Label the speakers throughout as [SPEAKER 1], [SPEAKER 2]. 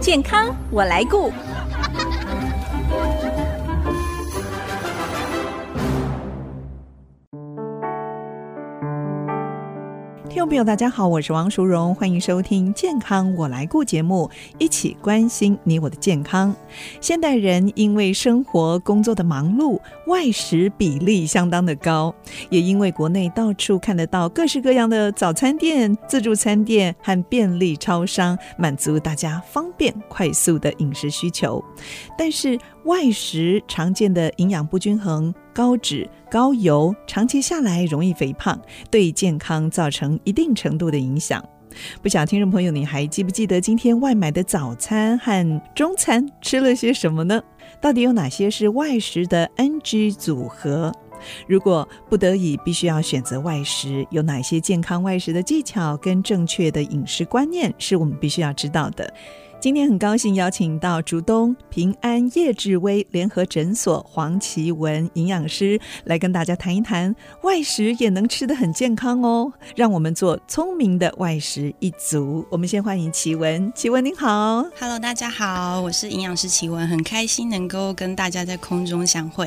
[SPEAKER 1] 健康我来顾。
[SPEAKER 2] 听众朋友，大家好，我是王淑荣，欢迎收听《健康我来顾》节目，一起关心你我的健康。现代人因为生活工作的忙碌，外食比例相当的高，也因为国内到处看得到各式各样的早餐店、自助餐店和便利超商，满足大家方便快速的饮食需求。但是外食常见的营养不均衡、高脂、高油，长期下来容易肥胖，对健康造成一定程度的影响。不晓得听众朋友，你还记不记得今天外买的早餐和中餐吃了些什么呢？到底有哪些是外食的 NG 组合？如果不得已必须要选择外食，有哪些健康外食的技巧跟正确的饮食观念是我们必须要知道的？今天很高兴邀请到竹东平安叶志威联合诊所黄奇文营养师来跟大家谈一谈，外食也能吃得很健康哦。让我们做聪明的外食一族。我们先欢迎奇文，奇文您好。
[SPEAKER 3] Hello，大家好，我是营养师奇文，很开心能够跟大家在空中相会。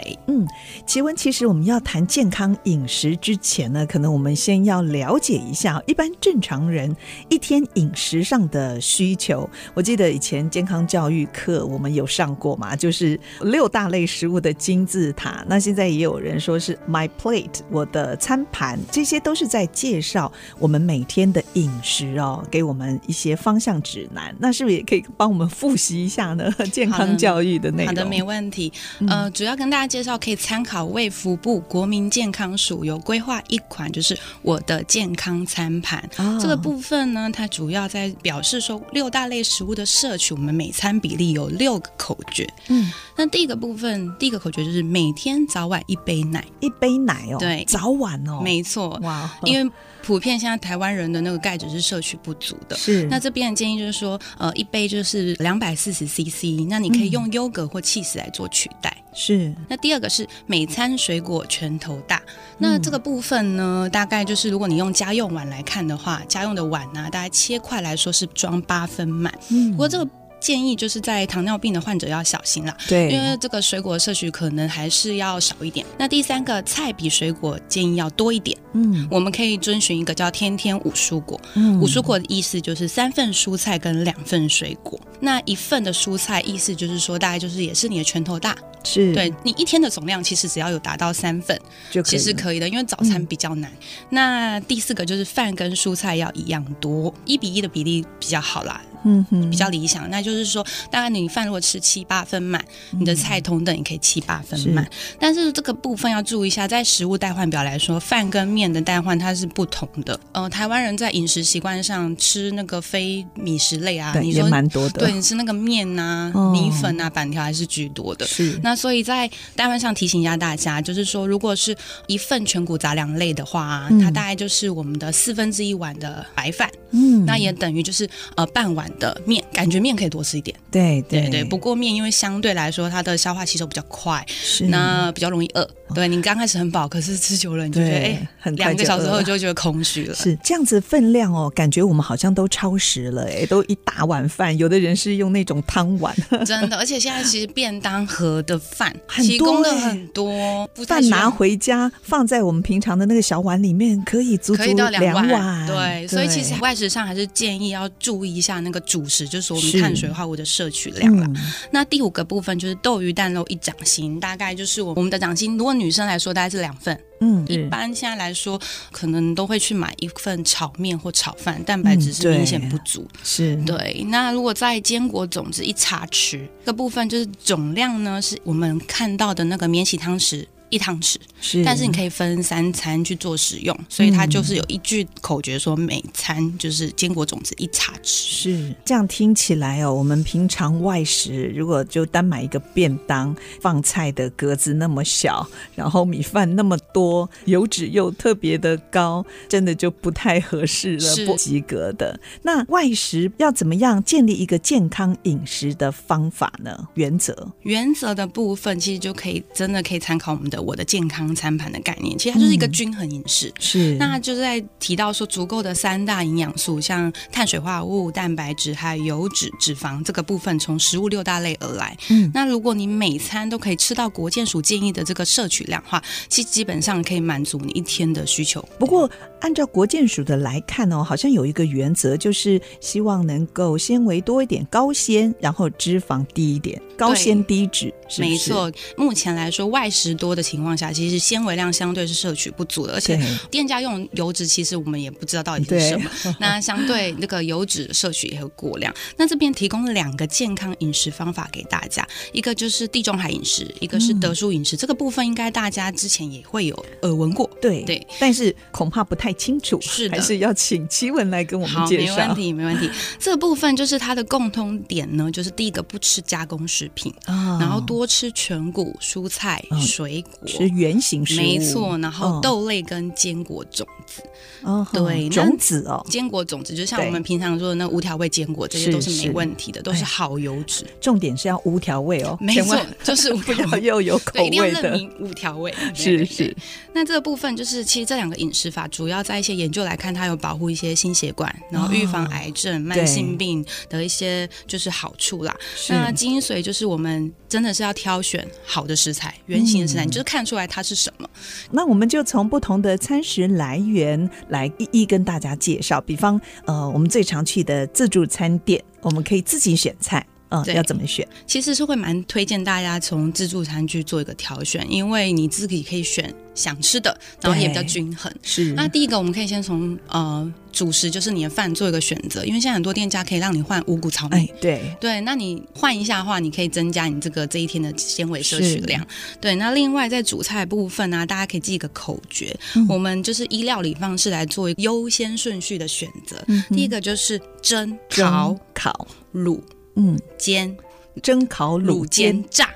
[SPEAKER 2] 奇文，其实我们要谈健康饮食之前呢，可能我们先要了解一下一般正常人一天饮食上的需求。我记得以前健康教育课我们有上过嘛，就是六大类食物的金字塔。那现在也有人说是 my plate，我的餐盘，这些都是在介绍我们每天的饮食哦，给我们一些方向指南。那是不是也可以帮我们复习一下呢？健康教育的内容？嗯
[SPEAKER 3] 好的，没问题。呃，主要跟大家介绍，可以参考卫福部国民健康署有规划一款，就是我的健康餐盘。
[SPEAKER 2] 啊
[SPEAKER 3] 这个部分呢，它主要在表示说六大类食物的摄取，我们每餐比例有六个口诀。
[SPEAKER 2] 嗯，
[SPEAKER 3] 那第一个部分，第一个口诀就是每天早晚一杯奶。
[SPEAKER 2] 一杯奶哦，
[SPEAKER 3] 对
[SPEAKER 2] 早晚哦，
[SPEAKER 3] 没错，
[SPEAKER 2] 哇，
[SPEAKER 3] 因为普遍现在台湾人的那个钙质是摄取不足的。
[SPEAKER 2] 是
[SPEAKER 3] 那这边的建议就是说，呃，一杯就是两百四十 CC，那你可以用优格或 cheese 来做取代。
[SPEAKER 2] 是
[SPEAKER 3] 那第二个是每餐水果拳头大，那这个部分呢，大概就是如果你用家用碗来看的话，家用的碗呢、大概切块来说是装八分满。
[SPEAKER 2] 嗯
[SPEAKER 3] 不过这个建议就是在糖尿病的患者要小心啦，
[SPEAKER 2] 对，
[SPEAKER 3] 因为这个水果摄取可能还是要少一点。那第三个，菜比水果建议要多一点。
[SPEAKER 2] 嗯
[SPEAKER 3] 我们可以遵循一个叫“天天五蔬果”。
[SPEAKER 2] 嗯
[SPEAKER 3] 五蔬果的意思就是三份蔬菜跟两份水果。那一份的蔬菜意思就是说，大概就是也是你的拳头大。
[SPEAKER 2] 是
[SPEAKER 3] 对你一天的总量，其实只要有达到三份，
[SPEAKER 2] 就
[SPEAKER 3] 其实
[SPEAKER 2] 以了
[SPEAKER 3] 可以的，因为早餐比较难。那第四个就是饭跟蔬菜要一样多，一比一的比例比较好啦，
[SPEAKER 2] 嗯哼
[SPEAKER 3] 比较理想。那就是说，大概你饭如果吃七八分满，你的
[SPEAKER 2] 嗯
[SPEAKER 3] 菜同等也可以七八分满。但是这个部分要注意一下，在食物代换表来说，饭跟面的代换它是不同的。呃，台湾人在饮食习惯上吃那个非米食类啊，
[SPEAKER 2] 对
[SPEAKER 3] 你
[SPEAKER 2] 也
[SPEAKER 3] 说
[SPEAKER 2] 蛮多的，
[SPEAKER 3] 对，你吃那个面呐、
[SPEAKER 2] 哦
[SPEAKER 3] 米粉啊、板条还是居多的。
[SPEAKER 2] 是
[SPEAKER 3] 那所以在单位上提醒一下大家，就是说，如果是一份全谷杂粮类的话，啊
[SPEAKER 2] 嗯
[SPEAKER 3] 它大概就是我们的四分之一碗的白饭，
[SPEAKER 2] 嗯
[SPEAKER 3] 那也等于就是呃半碗的面，感觉面可以多吃一点。
[SPEAKER 2] 对
[SPEAKER 3] 对对，
[SPEAKER 2] 对
[SPEAKER 3] 不过面因为相对来说它的消化吸收比较快，
[SPEAKER 2] 是
[SPEAKER 3] 那比较容易饿。对你刚开始很饱，可是吃久了你就觉得哎。
[SPEAKER 2] 哦对很快
[SPEAKER 3] 两个
[SPEAKER 2] 就
[SPEAKER 3] 小时
[SPEAKER 2] 饿
[SPEAKER 3] 后
[SPEAKER 2] 了
[SPEAKER 3] 就会觉得空虚了，
[SPEAKER 2] 是这样子分量哦，感觉我们好像都超时了， 哎，都一大碗饭，有的人是用那种汤碗，
[SPEAKER 3] 真的。而且现在其实便当盒的饭
[SPEAKER 2] 很
[SPEAKER 3] 提供的
[SPEAKER 2] 多欸
[SPEAKER 3] 很多，不太
[SPEAKER 2] 饭
[SPEAKER 3] 需
[SPEAKER 2] 拿
[SPEAKER 3] 要
[SPEAKER 2] 回家放在我们平常的那个小碗里面，可以足足
[SPEAKER 3] 可以到
[SPEAKER 2] 两
[SPEAKER 3] 碗，
[SPEAKER 2] 碗
[SPEAKER 3] 对，所以其实外食上还是建议要注意一下那个主食，就是我们
[SPEAKER 2] 是
[SPEAKER 3] 碳水化合物的摄取量啦。
[SPEAKER 2] 嗯
[SPEAKER 3] 那第五个部分就是豆鱼蛋肉一掌心，大概就是我们的掌心，如果女生来说大概是两份，
[SPEAKER 2] 嗯
[SPEAKER 3] 一
[SPEAKER 2] 是
[SPEAKER 3] 般现在来说可能都会去买一份炒面或炒饭，蛋白质
[SPEAKER 2] 嗯
[SPEAKER 3] 是
[SPEAKER 2] 对
[SPEAKER 3] 明显不足。
[SPEAKER 2] 是
[SPEAKER 3] 对，那如果在坚果种子一茶匙，这个部分就是总量呢，是我们看到的那个免洗汤匙。一汤匙，
[SPEAKER 2] 是，
[SPEAKER 3] 但是你
[SPEAKER 2] 以
[SPEAKER 3] 可以分三餐去做使用，所以它就是有一句口诀说，每餐就是坚果种子一茶匙。
[SPEAKER 2] 是这样听起来哦，我们平常外食如果就单买一个便当，放菜的格子那么小，然后米饭那么多，油脂又特别的高，真的就不太合适了，
[SPEAKER 3] 是
[SPEAKER 2] 不及格的。那外食要怎么样建立一个健康饮食的方法呢？原则
[SPEAKER 3] 原则的部分其实就可以真的可以参考我们的的我的健康餐盘的概念，其实它就是一
[SPEAKER 2] 嗯
[SPEAKER 3] 个均衡饮食。
[SPEAKER 2] 是，
[SPEAKER 3] 那就是在提到说足够的三大营养素，像碳水化合物、蛋白质还有油脂、脂肪这个部分，从食物六大类而来。
[SPEAKER 2] 嗯
[SPEAKER 3] 那如果你每餐都可以吃到国健署建议的这个摄取量的话，其实基本上可以满足你一天的需求。
[SPEAKER 2] 不过按照国健署的来看哦，好像有一个原则，就是希望能够纤维多一点，高纤，然后脂肪低一点，高纤低脂，是不是
[SPEAKER 3] 没，错，目前来说外食多的情况下，其实纤维量相对是摄取不足的，而且
[SPEAKER 2] 对
[SPEAKER 3] 店家用油脂，其实我们也不知道到底是
[SPEAKER 2] 对
[SPEAKER 3] 什么。 那相对那个油脂摄取也会过量。那这边提供了两个健康饮食方法给大家，一个就是地中海饮食，一个是德叔饮食。这个部分应该大家之前也会有耳闻过。
[SPEAKER 2] 对
[SPEAKER 3] 对，
[SPEAKER 2] 但是恐怕不太清楚，
[SPEAKER 3] 是的
[SPEAKER 2] 还是要请奇文来跟我们
[SPEAKER 3] 好，
[SPEAKER 2] 介
[SPEAKER 3] 没问
[SPEAKER 2] 绍。
[SPEAKER 3] 题，没 问题。这部分就是它的共通点呢，就是第一个不吃加工食品，
[SPEAKER 2] 啊
[SPEAKER 3] 然后多吃全谷蔬菜、
[SPEAKER 2] 嗯
[SPEAKER 3] 水果。
[SPEAKER 2] 吃原型食物，
[SPEAKER 3] 没错，然后
[SPEAKER 2] 嗯
[SPEAKER 3] 豆类跟坚果种子，
[SPEAKER 2] 哦，
[SPEAKER 3] 对那
[SPEAKER 2] 种子哦，
[SPEAKER 3] 坚果种子就像
[SPEAKER 2] 对
[SPEAKER 3] 我们平常说的那无调味坚果，这些
[SPEAKER 2] 是
[SPEAKER 3] 都是
[SPEAKER 2] 是
[SPEAKER 3] 没问题的，都
[SPEAKER 2] 哎
[SPEAKER 3] 是好油 脂。
[SPEAKER 2] 重点是要无调味哦，
[SPEAKER 3] 没
[SPEAKER 2] 千
[SPEAKER 3] 错
[SPEAKER 2] 万，
[SPEAKER 3] 就是无
[SPEAKER 2] 不
[SPEAKER 3] 调
[SPEAKER 2] 要
[SPEAKER 3] 味。
[SPEAKER 2] 又有口
[SPEAKER 3] 对，一定要
[SPEAKER 2] 味
[SPEAKER 3] 认
[SPEAKER 2] 的，
[SPEAKER 3] 明无 调味。对
[SPEAKER 2] 是。
[SPEAKER 3] 对
[SPEAKER 2] 是
[SPEAKER 3] 对，那这个部分就是，其实这两个饮食法主要在一些研究来看，它有保护一些心血管，然后预防
[SPEAKER 2] 哦
[SPEAKER 3] 癌症、
[SPEAKER 2] 对
[SPEAKER 3] 慢性病的一些就是好处啦。
[SPEAKER 2] 是
[SPEAKER 3] 那精髓就是我们真的是要挑选好的食材，原型的食材，
[SPEAKER 2] 嗯
[SPEAKER 3] 你就是看出来它是什么。
[SPEAKER 2] 那我们就从不同的餐食来源来一一跟大家介绍。比方，呃，我们最常去的自助餐店，我们可以自己选菜，嗯、
[SPEAKER 3] 对
[SPEAKER 2] 要怎么选？
[SPEAKER 3] 其实是会蛮推荐大家从自助餐去做一个挑选，因为你自己可以选想吃的，然后也比较
[SPEAKER 2] 对
[SPEAKER 3] 均衡。
[SPEAKER 2] 是
[SPEAKER 3] 那第一个，我们可以先从呃主食，就是你的饭做一个选择，因为现在很多店家可以让你换五谷糙
[SPEAKER 2] 哎
[SPEAKER 3] 米。，
[SPEAKER 2] 对，
[SPEAKER 3] 对，那你换一下的话，你可以增加你这个这一天的纤维摄取量。对，那另外在主菜部分呢、大家可以记一个口诀，
[SPEAKER 2] 嗯
[SPEAKER 3] 我们就是依料理方式来做优先顺序的选择。
[SPEAKER 2] 嗯哼
[SPEAKER 3] 第一个就是蒸、
[SPEAKER 2] 蒸
[SPEAKER 3] 烤、
[SPEAKER 2] 烤，
[SPEAKER 3] 卤、
[SPEAKER 2] 嗯，
[SPEAKER 3] 煎、
[SPEAKER 2] 蒸烤
[SPEAKER 3] 卤
[SPEAKER 2] 卤煎
[SPEAKER 3] 煎，炸。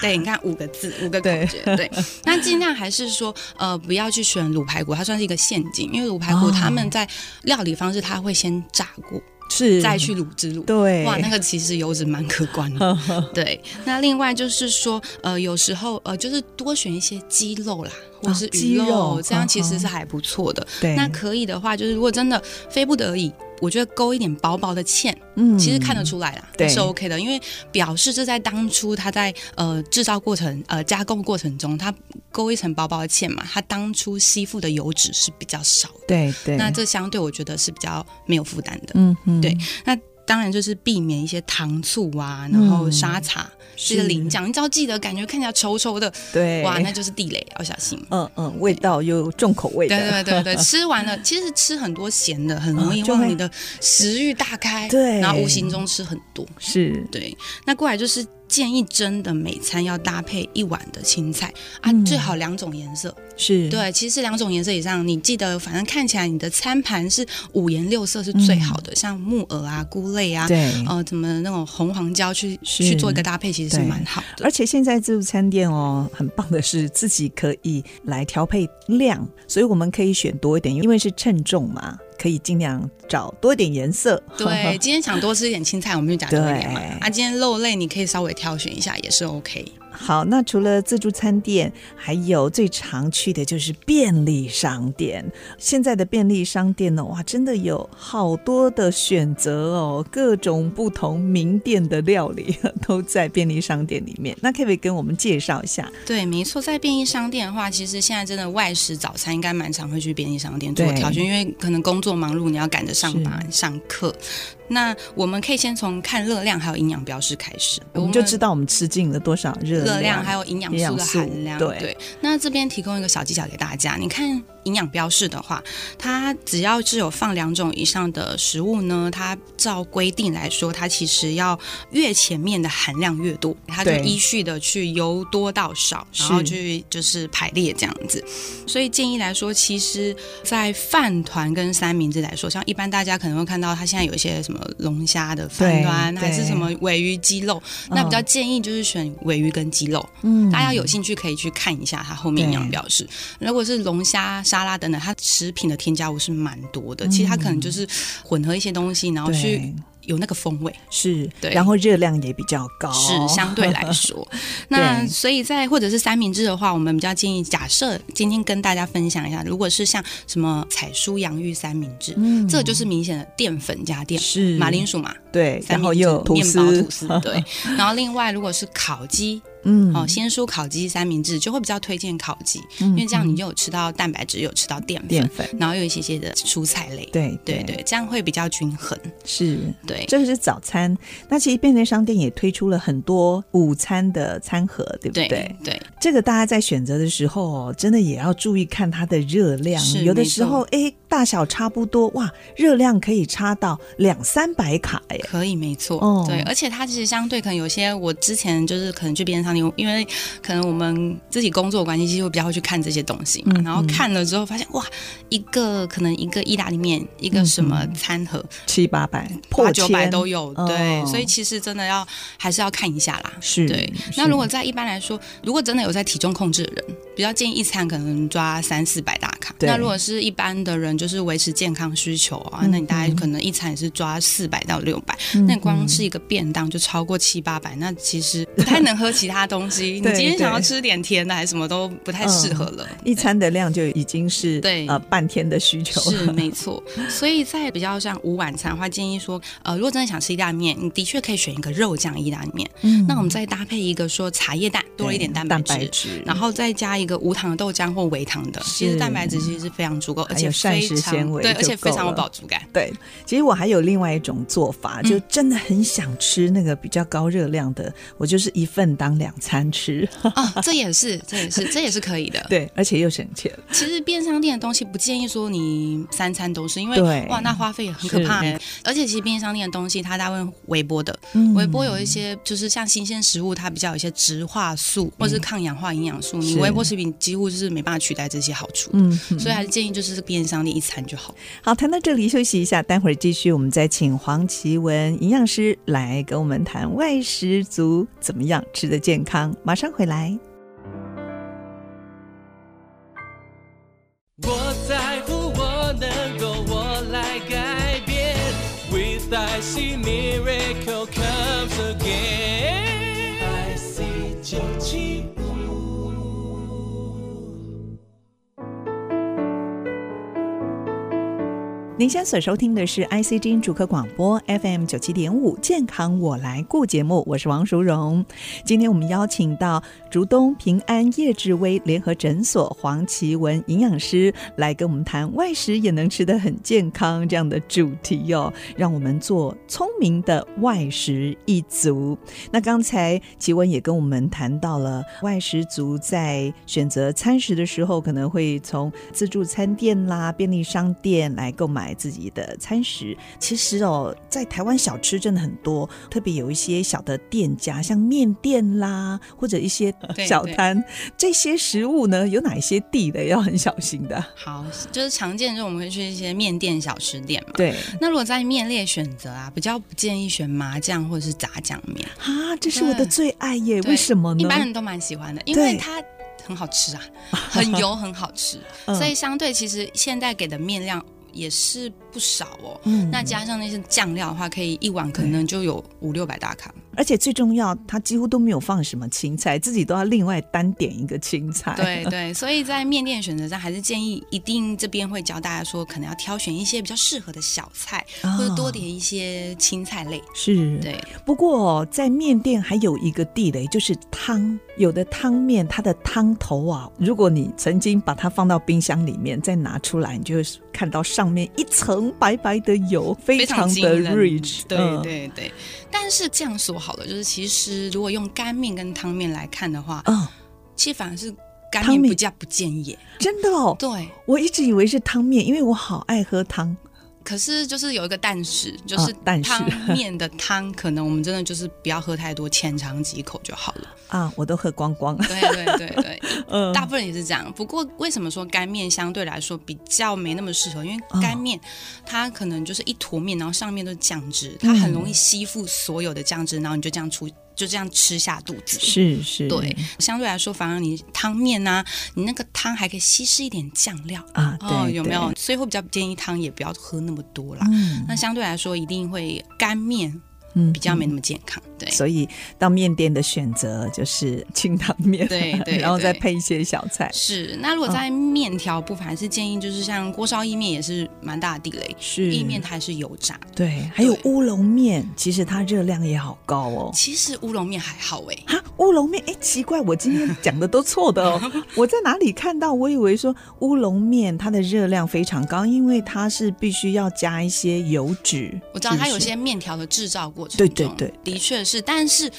[SPEAKER 3] 对，你看五个字，五个口
[SPEAKER 2] 啊对
[SPEAKER 3] 诀。 对，那尽量还是说，呃，不要去选卤排骨，它算是一个陷阱，因为卤排骨
[SPEAKER 2] 哦
[SPEAKER 3] 他们在料理方式，它会先炸过，
[SPEAKER 2] 是
[SPEAKER 3] 再去卤制卤。
[SPEAKER 2] 嗯对，
[SPEAKER 3] 哇，那个其实油脂蛮可观的。 对，那另外就是说，呃，有时候呃，就是多选一些鸡肉啦，或
[SPEAKER 2] 哦
[SPEAKER 3] 是
[SPEAKER 2] 鸡
[SPEAKER 3] 鱼肉，
[SPEAKER 2] 肉
[SPEAKER 3] 这样其
[SPEAKER 2] 嗯
[SPEAKER 3] 实
[SPEAKER 2] 哼
[SPEAKER 3] 是还不错的。
[SPEAKER 2] 对，
[SPEAKER 3] 那可以的话，就是如果真的非不得已，我觉得勾一点薄薄的芡，
[SPEAKER 2] 嗯
[SPEAKER 3] 其实看得出来啦，
[SPEAKER 2] 对
[SPEAKER 3] 是 OK 的，因为表示这在当初它在呃制造过程、呃加工过程中，它勾一层薄薄的芡嘛，它当初吸附的油脂是比较少的，
[SPEAKER 2] 对对，
[SPEAKER 3] 那这相对我觉得是比较没有负担的。
[SPEAKER 2] 嗯哼
[SPEAKER 3] 对当然就是避免一些糖醋啊，然后沙茶、这些
[SPEAKER 2] 是
[SPEAKER 3] 淋酱，你只要记得感觉看起来稠稠的，
[SPEAKER 2] 对，
[SPEAKER 3] 哇，那就是地雷，要小心。
[SPEAKER 2] 嗯嗯，味道又重口味
[SPEAKER 3] 对
[SPEAKER 2] 的，
[SPEAKER 3] 对对对，吃完了，其实吃很多咸的，很容易
[SPEAKER 2] 嗯就会
[SPEAKER 3] 让你的食欲大开，
[SPEAKER 2] 对
[SPEAKER 3] 然后无形中吃很多。
[SPEAKER 2] 是
[SPEAKER 3] 对，那过来就是建议蒸的每餐要搭配一碗的青菜啊，
[SPEAKER 2] 嗯
[SPEAKER 3] 最好两种颜色。
[SPEAKER 2] 是，
[SPEAKER 3] 对，其实两种颜色以上，你记得，反正看起来你的餐盘是五颜六色是最好的，像木耳啊、菇类
[SPEAKER 2] 嗯
[SPEAKER 3] 啊。
[SPEAKER 2] 对，
[SPEAKER 3] 呃，怎么那种红黄椒去
[SPEAKER 2] 是
[SPEAKER 3] 去做一个搭配，其实是
[SPEAKER 2] 对
[SPEAKER 3] 蛮好 的。
[SPEAKER 2] 而且现在自助餐店哦，很棒的是自己可以来调配量，所以我们可以选多一点，因为是称重嘛，可以尽量找多一点颜色。
[SPEAKER 3] 对，今天想多吃一点青菜，我们就加多一点嘛
[SPEAKER 2] 对。
[SPEAKER 3] 啊，今天肉类你可以稍微挑选一下，也是 OK。
[SPEAKER 2] 好，那除了自助餐店，还有最常去的就是便利商店。现在的便利商店呢，哇，真的有好多的选择哦，各种不同名店的料理 都在便利商店里面。那可不可以跟我们介绍一下？
[SPEAKER 3] 对，没错，在便利商店的话，其实现在真的外食早餐应该蛮常会去便利商店做
[SPEAKER 2] 对
[SPEAKER 3] 挑选，因为可能工作忙碌，你要赶着上班、上课。那我们可以先从看热量还有营养标示开始，
[SPEAKER 2] 我们就知道我们吃进了多少热量，
[SPEAKER 3] 热量还有营养素的含量。
[SPEAKER 2] 营养素对
[SPEAKER 3] 那这边提供一个小技巧给大家，你看营养标示的话，它只要是有放两种以上的食物呢，它照规定来说，它其实要越前面的含量越多，它就
[SPEAKER 2] 对
[SPEAKER 3] 依序的去由多到少，
[SPEAKER 2] 是
[SPEAKER 3] 然后去就是排列这样子。所以建议来说，其实，在饭团跟三明治来说，像一般大家可能会看到，它现在有一些什么龙虾的饭团，
[SPEAKER 2] 对
[SPEAKER 3] 还是
[SPEAKER 2] 对
[SPEAKER 3] 什么尾鱼鸡肉，那比较建议就是选尾鱼跟鸡肉，
[SPEAKER 2] 嗯
[SPEAKER 3] 大家有兴趣可以去看一下它后面营养标示。如果是龙虾沙拉等等，它食品的添加物是蛮多的，其实它可能就是混合一些东西，然后去
[SPEAKER 2] 嗯对
[SPEAKER 3] 有那个风味，
[SPEAKER 2] 是，
[SPEAKER 3] 对
[SPEAKER 2] 然后热量也比较高，
[SPEAKER 3] 是相对 来说。那所以在或者是三明治的话，我们比较建议，假设今天跟大家分享一下，如果是像什么彩蔬洋芋三明治，
[SPEAKER 2] 嗯
[SPEAKER 3] 这个就是明显的淀粉加淀粉，
[SPEAKER 2] 是
[SPEAKER 3] 马铃薯嘛，
[SPEAKER 2] 对，然
[SPEAKER 3] 三明
[SPEAKER 2] 后
[SPEAKER 3] 治
[SPEAKER 2] 又有吐
[SPEAKER 3] 面包
[SPEAKER 2] 司，
[SPEAKER 3] 吐司，对。 然后另外如果是烤鸡，
[SPEAKER 2] 嗯，
[SPEAKER 3] 哦，鲜蔬烤鸡三明治就会比较推荐烤鸡，因
[SPEAKER 2] 因
[SPEAKER 3] 为这样你又有吃到蛋白质，又有吃到淀
[SPEAKER 2] 嗯淀
[SPEAKER 3] 粉，
[SPEAKER 2] 粉，
[SPEAKER 3] 然后又有一些些的蔬菜类。
[SPEAKER 2] 对
[SPEAKER 3] 对对，这样会比较均衡。
[SPEAKER 2] 是。
[SPEAKER 3] 对，
[SPEAKER 2] 这个是早餐，那其实便利商店也推出了很多午餐的餐盒，对不
[SPEAKER 3] 对
[SPEAKER 2] 对？
[SPEAKER 3] 对
[SPEAKER 2] 这个大家在选择的时候哦，真的也要注意看它的热量。
[SPEAKER 3] 是
[SPEAKER 2] 有的时候，
[SPEAKER 3] 没
[SPEAKER 2] 哎，大小差不多，哇，热量可以差到两三百卡耶。
[SPEAKER 3] 可以，没错，
[SPEAKER 2] 哦
[SPEAKER 3] 对，而且它其实相对可能有些，我之前就是可能去边上，因为可能我们自己工作的关系，其实会比较会去看这些东西嘛，
[SPEAKER 2] 嗯
[SPEAKER 3] 然后看了之后发现，哇，一个可能一个意大利面，一个什么餐盒，
[SPEAKER 2] 七八百、
[SPEAKER 3] 八
[SPEAKER 2] 嗯破
[SPEAKER 3] 九百
[SPEAKER 2] 千
[SPEAKER 3] 都有，
[SPEAKER 2] 哦
[SPEAKER 3] 对，所以其实真的要还是要看一下啦。
[SPEAKER 2] 是。
[SPEAKER 3] 对，
[SPEAKER 2] 是
[SPEAKER 3] 那如果在一般来说，如果真的有在体重控制的人，比较建议一餐可能抓三四百大卡。
[SPEAKER 2] 对
[SPEAKER 3] 那如果是一般的人，就是维持健康需求啊，
[SPEAKER 2] 嗯
[SPEAKER 3] 那你大概可能一餐也是抓四百到六百、
[SPEAKER 2] 嗯
[SPEAKER 3] 那你光吃一个便当就超过七八百，那其实不太能喝其他 东西。你
[SPEAKER 2] 对
[SPEAKER 3] 今天想要
[SPEAKER 2] 对嗯
[SPEAKER 3] 吃点甜的还是什么都不太适合了。
[SPEAKER 2] 一餐的量就已经是
[SPEAKER 3] 对
[SPEAKER 2] 呃半天的需求
[SPEAKER 3] 是
[SPEAKER 2] 了。
[SPEAKER 3] 没错，所以在比较像午晚餐的话，建议说，呃，如果真的想吃意大利面，你的确可以选一个肉酱意大利面，
[SPEAKER 2] 嗯
[SPEAKER 3] 那我们再搭配一个说茶叶蛋，多了一点蛋白质，
[SPEAKER 2] 质
[SPEAKER 3] 然后再加一个无糖豆浆或微糖的，
[SPEAKER 2] 嗯是
[SPEAKER 3] 其实蛋白质其实是非常足够，而且
[SPEAKER 2] 膳
[SPEAKER 3] 非
[SPEAKER 2] 食纤
[SPEAKER 3] 常
[SPEAKER 2] 维
[SPEAKER 3] 对，
[SPEAKER 2] 就
[SPEAKER 3] 而且非
[SPEAKER 2] 够
[SPEAKER 3] 常有
[SPEAKER 2] 了
[SPEAKER 3] 饱足感。
[SPEAKER 2] 对，其实我还有另外一种做法，就
[SPEAKER 3] 嗯
[SPEAKER 2] 真的很想吃那个比较高热量的，我就是一份当两餐吃，
[SPEAKER 3] 哦，这也是，这也是，这也是可以的。
[SPEAKER 2] 对，而且又省钱。
[SPEAKER 3] 其实便利商店的东西不建议说你三餐都是，因
[SPEAKER 2] 对
[SPEAKER 3] 为哇，那花费也很可怕、欸。而且其实便利商店的东西它大部分微波的，
[SPEAKER 2] 嗯
[SPEAKER 3] 微波有一些就是像新鲜食物，它比较有一些植化素或是抗氧化营养素，你
[SPEAKER 2] 嗯是
[SPEAKER 3] 微波食品几乎就是没办法取代这些好处。
[SPEAKER 2] 嗯，嗯
[SPEAKER 3] 所以还是建议就是便利商店一餐就好。
[SPEAKER 2] 好，谈到这里休息一下，待会儿继续，我们再请黄奇文营养师来跟我们谈外食族怎么样吃得健康，马上回来。
[SPEAKER 1] 我在乎我能够，我来改变。With I see miracle comes again。I see 九七五。
[SPEAKER 2] 您现在所收听的是 IC 之音主客广播 FM 九七点五健康我来顾节目，我是王淑荣。今天我们邀请到竹东平安叶志威联合诊所黄奇文营养师来跟我们谈外食也能吃得很健康这样的主题哦，让我们做聪明的外食一族。那刚才奇文也跟我们谈到了外食族在选择餐食的时候，可能会从自助餐店啦、便利商店来购买自己的餐食。其实哦，在台湾小吃真的很多，特别有一些小的店家，像面店啦，或者一些
[SPEAKER 3] 对
[SPEAKER 2] 小摊，这些食物呢，有哪一些地雷要很小心的？
[SPEAKER 3] 好，就是常见就是我们会去一些面店、小吃店嘛。
[SPEAKER 2] 对
[SPEAKER 3] 那如果在面列选择啊，比较不建议选麻酱或者是炸酱面，
[SPEAKER 2] 啊，这是我的
[SPEAKER 3] 对
[SPEAKER 2] 最爱耶，
[SPEAKER 3] 对
[SPEAKER 2] 为什么呢？
[SPEAKER 3] 一般人都蛮喜欢的，因
[SPEAKER 2] 对
[SPEAKER 3] 为它很好吃啊，很油，很好吃。
[SPEAKER 2] 嗯
[SPEAKER 3] 所以相对其实现在给的面量也是不少哦。
[SPEAKER 2] 嗯
[SPEAKER 3] 那加上那些酱料的话，可以一碗可能就有五六百大卡。
[SPEAKER 2] 而且最重要，他几乎都没有放什么青菜，自己都要另外单点一个青菜。
[SPEAKER 3] 对对，所以在面店选择上，还是建议一定这边会教大家说，可能要挑选一些比较适合的小菜，
[SPEAKER 2] 啊，
[SPEAKER 3] 或者多点一些青菜类。
[SPEAKER 2] 是。
[SPEAKER 3] 对，
[SPEAKER 2] 不过在面店还有一个地雷，就是汤，有的汤面它的汤头啊，如果你曾经把它放到冰箱里面再拿出来，你就会看到上面一层白白的油，非
[SPEAKER 3] 非常
[SPEAKER 2] 常
[SPEAKER 3] 惊
[SPEAKER 2] 的
[SPEAKER 3] 人
[SPEAKER 2] rich。
[SPEAKER 3] 对
[SPEAKER 2] 嗯
[SPEAKER 3] 对对，但是这样说好了，就是其实如果用干面跟汤面来看的话，
[SPEAKER 2] 嗯，
[SPEAKER 3] 其实反而是干
[SPEAKER 2] 汤
[SPEAKER 3] 面
[SPEAKER 2] 面
[SPEAKER 3] 比较不建议。
[SPEAKER 2] 真的哦，
[SPEAKER 3] 对，
[SPEAKER 2] 我一直以为是汤面，因为我好爱喝汤。
[SPEAKER 3] 可是就是有一个但是，就是
[SPEAKER 2] 啊但是
[SPEAKER 3] 汤面的汤，可能我们真的就是不要喝太多，浅尝几口就好了。
[SPEAKER 2] 啊，我都喝光光。
[SPEAKER 3] 对对对对，
[SPEAKER 2] 嗯，
[SPEAKER 3] 大部分人也是这样。不过为什么说干面相对来说比较没那么适合？因
[SPEAKER 2] 哦
[SPEAKER 3] 为干面它可能就是一坨面，然后上面都是酱汁，它很容易吸附所有的酱汁，然后你就这样出就这样吃下肚子。
[SPEAKER 2] 是是，
[SPEAKER 3] 对，相对来说，反而你汤面啊，你那个汤还可以稀释一点酱料
[SPEAKER 2] 啊，对
[SPEAKER 3] 哦，有没有？
[SPEAKER 2] 对
[SPEAKER 3] 所以会比较建议汤也不要喝那么多啦。
[SPEAKER 2] 嗯
[SPEAKER 3] 那相对来说，一定会干面
[SPEAKER 2] 嗯
[SPEAKER 3] 比较没那么健康。对，
[SPEAKER 2] 所以到面店的选择就是清汤面，
[SPEAKER 3] 对对
[SPEAKER 2] 然后再
[SPEAKER 3] 对
[SPEAKER 2] 配一些小菜。
[SPEAKER 3] 是。那如
[SPEAKER 2] 嗯
[SPEAKER 3] 果在面条部分，还是建议就是像锅烧意面也是蛮大的地雷，
[SPEAKER 2] 是
[SPEAKER 3] 意面它是油炸。
[SPEAKER 2] 对，还有
[SPEAKER 3] 对
[SPEAKER 2] 乌龙面，其实它热量也好高哦。
[SPEAKER 3] 其实乌龙面还好哎、
[SPEAKER 2] 哈，乌龙面，哎，奇怪，我今天讲的都错的 哦。我在哪里看到？我以为说乌龙面它的热量非常高，因为它是必须要加一些油脂。
[SPEAKER 3] 我知道
[SPEAKER 2] 是不
[SPEAKER 3] 它有
[SPEAKER 2] 是
[SPEAKER 3] 些面条的制造过程
[SPEAKER 2] 对
[SPEAKER 3] 中，
[SPEAKER 2] 对对
[SPEAKER 3] 的确是，但是。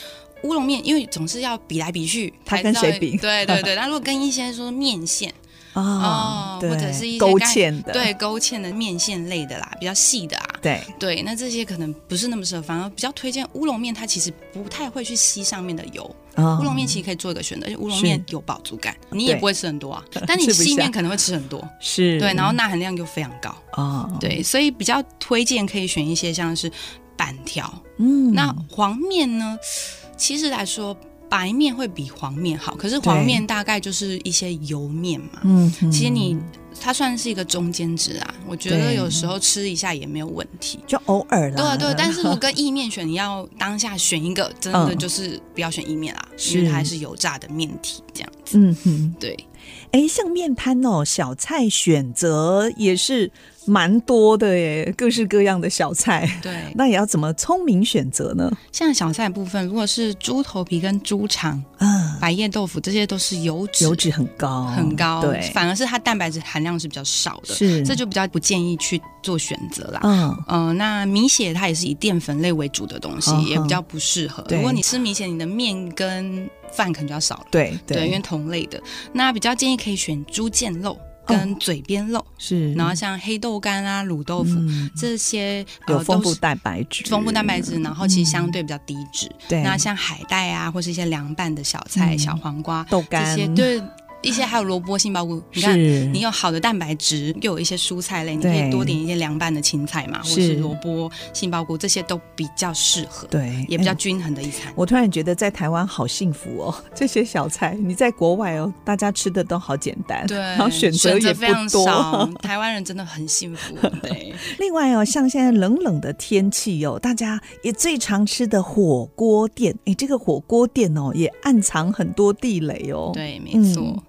[SPEAKER 3] 乌龙面，因为总是要比来比去，
[SPEAKER 2] 它
[SPEAKER 3] 才
[SPEAKER 2] 跟
[SPEAKER 3] 知道
[SPEAKER 2] 谁比
[SPEAKER 3] 对对 对，那如果跟一些说面线
[SPEAKER 2] 啊，对，
[SPEAKER 3] 哦或者是一些
[SPEAKER 2] 勾
[SPEAKER 3] 干
[SPEAKER 2] 芡的，
[SPEAKER 3] 对勾芡的面线类的啦，比较细的啊，
[SPEAKER 2] 对，
[SPEAKER 3] 对，那这些可能不是那么适合，反而比较推荐乌龙面，它其实不太会去吸上面的油，
[SPEAKER 2] 啊
[SPEAKER 3] 乌龙面其实可以做一个选择，而且乌龙
[SPEAKER 2] 是
[SPEAKER 3] 面有饱足感，你也
[SPEAKER 2] 对
[SPEAKER 3] 不会吃很 多啊，但你
[SPEAKER 2] 吃不
[SPEAKER 3] 细
[SPEAKER 2] 下
[SPEAKER 3] 面可能会吃很多，
[SPEAKER 2] 是，
[SPEAKER 3] 对，然后钠含量又非常高，
[SPEAKER 2] 啊，，
[SPEAKER 3] 对，所以比较推荐可以选一些像是板条。
[SPEAKER 2] 嗯，
[SPEAKER 3] 那黄面呢，其实来说白面会比黄面好，可是黄面大概就是一些油面嘛。
[SPEAKER 2] 嗯，
[SPEAKER 3] 其实你
[SPEAKER 2] 嗯
[SPEAKER 3] 它算是一个中间值啊，我觉得
[SPEAKER 2] 对
[SPEAKER 3] 有时候吃一下也没有问题。
[SPEAKER 2] 就偶尔啦，
[SPEAKER 3] 对啊对啊，但是如果跟意面选，你要当下选一个，真的
[SPEAKER 2] 嗯
[SPEAKER 3] 就是不要选意面啦，
[SPEAKER 2] 是
[SPEAKER 3] 因为它还是油炸的面体这样子。
[SPEAKER 2] 嗯哼。
[SPEAKER 3] 对，
[SPEAKER 2] 哎，像面摊哦，小菜选择也是蛮多的耶，各式各样的小菜。
[SPEAKER 3] 对，
[SPEAKER 2] 哎那也要怎么聪明选择呢？
[SPEAKER 3] 像小菜部分，如果是猪头皮跟猪肠、
[SPEAKER 2] 啊，
[SPEAKER 3] 白叶豆腐，这些都是油脂
[SPEAKER 2] 油脂很高，
[SPEAKER 3] 很高，
[SPEAKER 2] 对，
[SPEAKER 3] 反而是它蛋白质含量是比较少的，
[SPEAKER 2] 是
[SPEAKER 3] 这就比较不建议去做选择啦。
[SPEAKER 2] 嗯，
[SPEAKER 3] 嗯、那米血它也是以淀粉类为主的东西，
[SPEAKER 2] 嗯哼
[SPEAKER 3] 也比较不适合。
[SPEAKER 2] 对
[SPEAKER 3] 如果你吃米血，你的面跟饭可能就要少了，
[SPEAKER 2] 对
[SPEAKER 3] 因为同类的。那比较建议可以选猪腱
[SPEAKER 2] 哦
[SPEAKER 3] 肉跟嘴边肉，
[SPEAKER 2] 是，
[SPEAKER 3] 然后像黑豆干啊、卤豆腐、
[SPEAKER 2] 嗯，
[SPEAKER 3] 这些，呃
[SPEAKER 2] 有丰
[SPEAKER 3] 都
[SPEAKER 2] 富
[SPEAKER 3] 是
[SPEAKER 2] 蛋白质，嗯
[SPEAKER 3] 丰富蛋白质，然后其实相对比较低脂。
[SPEAKER 2] 对，
[SPEAKER 3] 那像海带啊，或是一些凉拌的小菜、
[SPEAKER 2] 嗯
[SPEAKER 3] 小黄瓜
[SPEAKER 2] 豆
[SPEAKER 3] 这
[SPEAKER 2] 干
[SPEAKER 3] 些，对一些还有萝卜、杏鲍菇，你看。
[SPEAKER 2] 是
[SPEAKER 3] 你有好的蛋白质，又有一些蔬菜类，你可
[SPEAKER 2] 对
[SPEAKER 3] 以多点一些凉拌的青菜嘛，或
[SPEAKER 2] 是
[SPEAKER 3] 是萝卜、杏鲍菇，这些都比较适合，
[SPEAKER 2] 对
[SPEAKER 3] 也比较
[SPEAKER 2] 哎
[SPEAKER 3] 均衡的一餐。
[SPEAKER 2] 我突然觉得在台湾好幸福哦， 这些小菜你在国外哦，大家吃的都好简 单，
[SPEAKER 3] 对，
[SPEAKER 2] 然后选择
[SPEAKER 3] 择
[SPEAKER 2] 也不
[SPEAKER 3] 非常
[SPEAKER 2] 多，
[SPEAKER 3] 少，台湾人真的很 幸福。对，
[SPEAKER 2] 另外哦，像现在冷冷的天气哦，大家也最常吃的火锅店，哎，这个火锅店哦，也暗藏很多地雷哦。，
[SPEAKER 3] 对，没
[SPEAKER 2] 嗯
[SPEAKER 3] 错。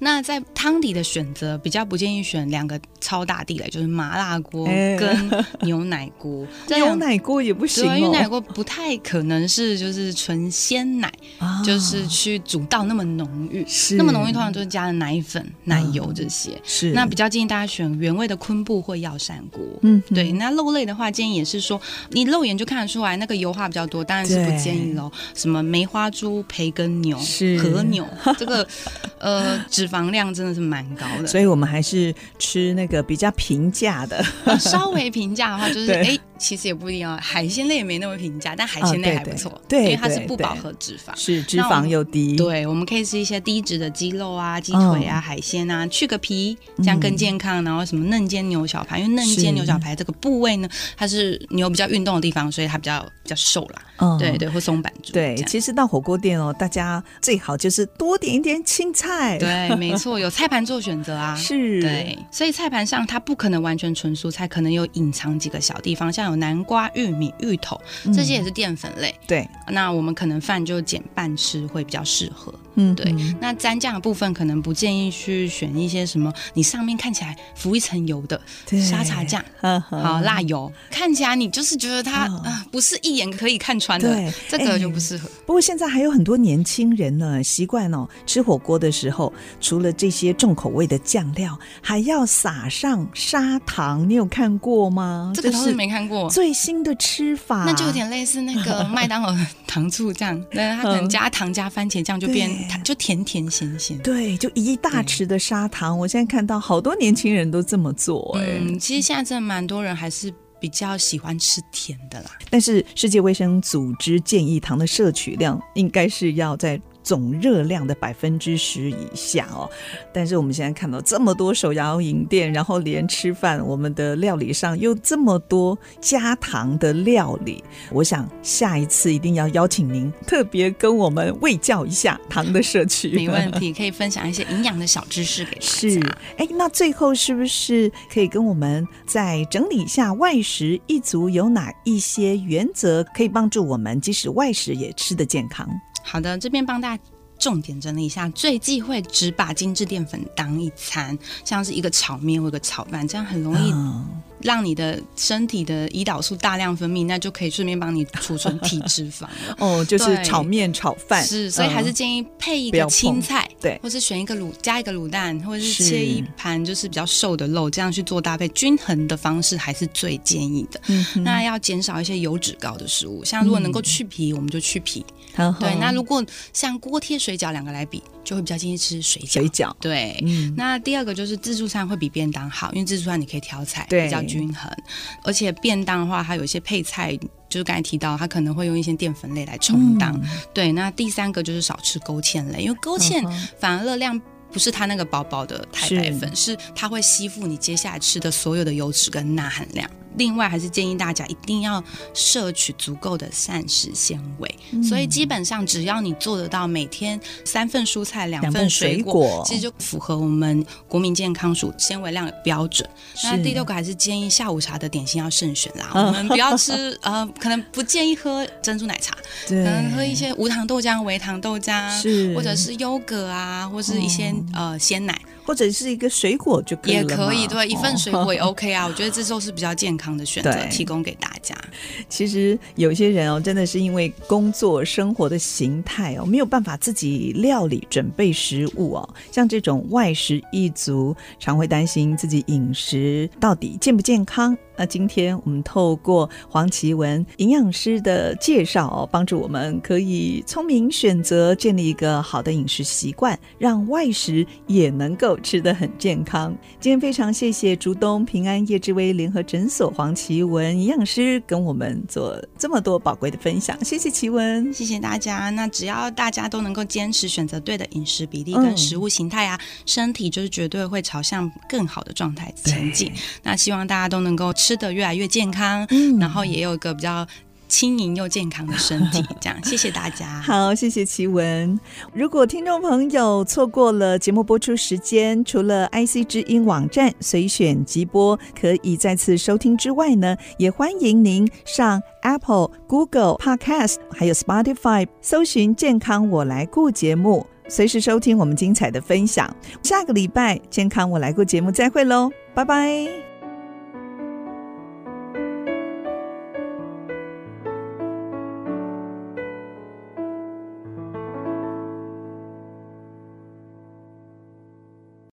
[SPEAKER 3] 那在汤底的选择，比较不建议选两个超大地雷，就是麻辣锅
[SPEAKER 2] 哎
[SPEAKER 3] 跟牛奶 锅。这
[SPEAKER 2] 牛
[SPEAKER 3] 两
[SPEAKER 2] 奶锅也不行
[SPEAKER 3] 对，因为
[SPEAKER 2] 哦，
[SPEAKER 3] 啊奶锅不太可能是就是纯鲜奶，
[SPEAKER 2] 啊
[SPEAKER 3] 就是去煮到那么浓郁。
[SPEAKER 2] 是
[SPEAKER 3] 那么浓郁通常都是加了奶粉、奶油这些。
[SPEAKER 2] 是
[SPEAKER 3] 那比较建议大家选原味的昆布或药膳锅。
[SPEAKER 2] 嗯哼
[SPEAKER 3] 对，那肉类的话，建议也是说，你肉眼就看得出来那个油花比较多，当然是不
[SPEAKER 2] 对
[SPEAKER 3] 建议喽。什么梅花猪、培根牛
[SPEAKER 2] 是、
[SPEAKER 3] 和牛，这个 呃脂肪量真的是蛮高的。
[SPEAKER 2] 所以我们还是吃那个比较平价 的，
[SPEAKER 3] 呃稍微平价的话，就是
[SPEAKER 2] 对
[SPEAKER 3] 哎、其实也不一定啊，海鲜类也没那么平价，但海鲜
[SPEAKER 2] 啊对
[SPEAKER 3] 类还不错，
[SPEAKER 2] 对对
[SPEAKER 3] 因为它是
[SPEAKER 2] 对
[SPEAKER 3] 不饱
[SPEAKER 2] 对
[SPEAKER 3] 和脂肪。
[SPEAKER 2] 是脂
[SPEAKER 3] 那我
[SPEAKER 2] 肪
[SPEAKER 3] 们
[SPEAKER 2] 又低，
[SPEAKER 3] 对，我们可以吃一些低脂的鸡肉啊、鸡腿
[SPEAKER 2] 嗯
[SPEAKER 3] 啊、海鲜啊，去个皮，这样更健康。然后什么嫩煎牛小排，因为嫩
[SPEAKER 2] 是
[SPEAKER 3] 煎牛小排这个部位呢，它是牛比较运动的地方，所以它比较比较瘦啦。
[SPEAKER 2] 嗯
[SPEAKER 3] 对。对，或松板猪。
[SPEAKER 2] 对，
[SPEAKER 3] 这样
[SPEAKER 2] 其实到火锅店哦，大家最好就是多点一点青菜，，
[SPEAKER 3] 对，没错，有菜盘做选择啊。
[SPEAKER 2] 是，
[SPEAKER 3] 对，所以菜盘上它不可能完全纯蔬菜，可能有隐藏几个小地方，像有南瓜、玉米、芋头，这
[SPEAKER 2] 嗯
[SPEAKER 3] 些也是淀粉类。
[SPEAKER 2] 对，
[SPEAKER 3] 那我们可能饭就减半吃会比较适合。
[SPEAKER 2] 嗯，
[SPEAKER 3] 对，那蘸酱的部分可能不建议去选一些什么，你上面看起来浮一层油的
[SPEAKER 2] 对
[SPEAKER 3] 沙茶酱。
[SPEAKER 2] 呵呵
[SPEAKER 3] 好，辣油看起来你就是觉得它
[SPEAKER 2] 哦
[SPEAKER 3] 啊、不是一眼可以看穿的
[SPEAKER 2] 对，
[SPEAKER 3] 这
[SPEAKER 2] 哎
[SPEAKER 3] 个就不适合。
[SPEAKER 2] 不过现在还有很多年轻人呢，习惯哦吃火锅的时候，除了这些重口味的酱料，还要撒上砂糖。你有看过吗？
[SPEAKER 3] 这个倒
[SPEAKER 2] 是啊
[SPEAKER 3] 是没看过，
[SPEAKER 2] 最新的吃法，
[SPEAKER 3] 那就有点类似那 个麦当劳的糖醋酱，那它可能加糖加番茄酱就变
[SPEAKER 2] 嗯对
[SPEAKER 3] 它就甜甜咸咸。
[SPEAKER 2] 对，就一大匙的砂糖。我现在看到好多年轻人都这么做、哎、
[SPEAKER 3] 嗯，其实现在真的蛮多人还是比较喜欢吃 甜的啦。
[SPEAKER 2] 但是世界卫生组织建议糖的摄取量应该是要在。总热量的百分之十以下哦。但是我们现在看到这么多手摇饮店，然后连吃饭，我们的料理上又这么多加糖的料理，我想下一次一定要邀请您特别跟我们喂教一下糖的摄取。
[SPEAKER 3] 没问题，可以分享一些营养的小知识给大家。
[SPEAKER 2] 是，哎，那最后是不是可以跟我们再整理一下外食一族有哪一些原则可以帮助我们，即使外食也吃得健康？
[SPEAKER 3] 好的，这边帮大家。重点整理一下，最忌讳只把精致淀粉当一餐，像是一个炒面或一个炒饭，这样很容易
[SPEAKER 2] 嗯。
[SPEAKER 3] 让你的身体的胰岛素大量分泌，那就可以顺便帮你储存体脂肪了
[SPEAKER 2] 哦，就是
[SPEAKER 3] 对
[SPEAKER 2] 炒面、炒饭，
[SPEAKER 3] 是，所以还是
[SPEAKER 2] 嗯
[SPEAKER 3] 建议配一
[SPEAKER 2] 不要
[SPEAKER 3] 个
[SPEAKER 2] 碰
[SPEAKER 3] 青菜，
[SPEAKER 2] 对
[SPEAKER 3] 或是选一个卤加一个卤蛋，或者
[SPEAKER 2] 是
[SPEAKER 3] 是切一盘就是比较瘦的肉，这样去做搭配，均衡的方式还是最建议的。
[SPEAKER 2] 嗯哼
[SPEAKER 3] 那要减少一些油脂高的食物，像如果能够去皮，我们就去皮。
[SPEAKER 2] 呵呵
[SPEAKER 3] 对，那如果像锅贴、水饺两个来比，就会比较建议吃水饺。
[SPEAKER 2] 水饺，
[SPEAKER 3] 对，
[SPEAKER 2] 嗯，
[SPEAKER 3] 那第二个就是自助餐会比便当好，因为自助餐你可以挑菜，
[SPEAKER 2] 对
[SPEAKER 3] 比较均衡。而且便当的话，它有一些配菜，就是刚才提到，它可能会用一些淀粉类来充当。对，那第三个就是少吃勾芡类，因为勾芡
[SPEAKER 2] 嗯嗯哼
[SPEAKER 3] 反而热量。不是它那个薄薄的太白粉，是它会吸附你接下来吃的所有的油脂跟钠含量。另外，还是建议大家一定要摄取足够的膳食纤维。
[SPEAKER 2] 嗯
[SPEAKER 3] 所以基本上，只要你做得到每天三份蔬菜、两
[SPEAKER 2] 两份
[SPEAKER 3] 份
[SPEAKER 2] 水
[SPEAKER 3] 水果，
[SPEAKER 2] 果，
[SPEAKER 3] 其实就符合我们国民健康署纤维量的标准。那
[SPEAKER 2] 是
[SPEAKER 3] 第六个还是建议下午茶的点心要慎选 啦，
[SPEAKER 2] 嗯
[SPEAKER 3] 我们不要吃呃，可能不建议喝珍珠奶茶，
[SPEAKER 2] 对
[SPEAKER 3] 可能嗯喝一些无糖豆浆、微糖豆浆，
[SPEAKER 2] 是嗯
[SPEAKER 3] 或者是优格啊，或是一些、呃鲜奶
[SPEAKER 2] 或者是一个水果就可以
[SPEAKER 3] 也
[SPEAKER 2] 了
[SPEAKER 3] 可以，
[SPEAKER 2] 嘛
[SPEAKER 3] 对，一份水
[SPEAKER 2] 哦
[SPEAKER 3] 果也 OK 啊。我觉得这都是比较健康的选择
[SPEAKER 2] 对，
[SPEAKER 3] 提供给大家。
[SPEAKER 2] 其实有些人哦，真的是因为工作生活的形态哦，没有办法自己料理准备食物哦。像这种外食一族，常会担心自己饮食到底健不健康。那今天我们透过黄奇文营养师的介绍哦，帮助我们可以聪明选择，建立一个好的饮食习惯，让外食也能够吃得很健康。今天非常谢谢竹东平安叶之威联合诊所黄奇文营养师跟我们做这么多宝贵的分享，谢谢奇文。
[SPEAKER 3] 谢谢大家。那只要大家都能够坚持选择对的饮食比例
[SPEAKER 2] 嗯
[SPEAKER 3] 跟食物形态啊，身体就是绝对会朝向更好的状态前进。那希望大家都能够吃得越来越健康，
[SPEAKER 2] 嗯
[SPEAKER 3] 然后也有一个比较轻盈又健康的身 体。这样，谢谢大家。
[SPEAKER 2] 好，谢谢奇文。如果听众朋友错过了节目播出时间，除了 IC 之音网站随选即播可以再次收听之外呢，也欢迎您上 Apple、Google Podcast 还有 Spotify 搜寻“健康我来顾”节目，随时收听我们精彩的分享。下个礼拜“健康我来顾”节目再会喽，拜拜。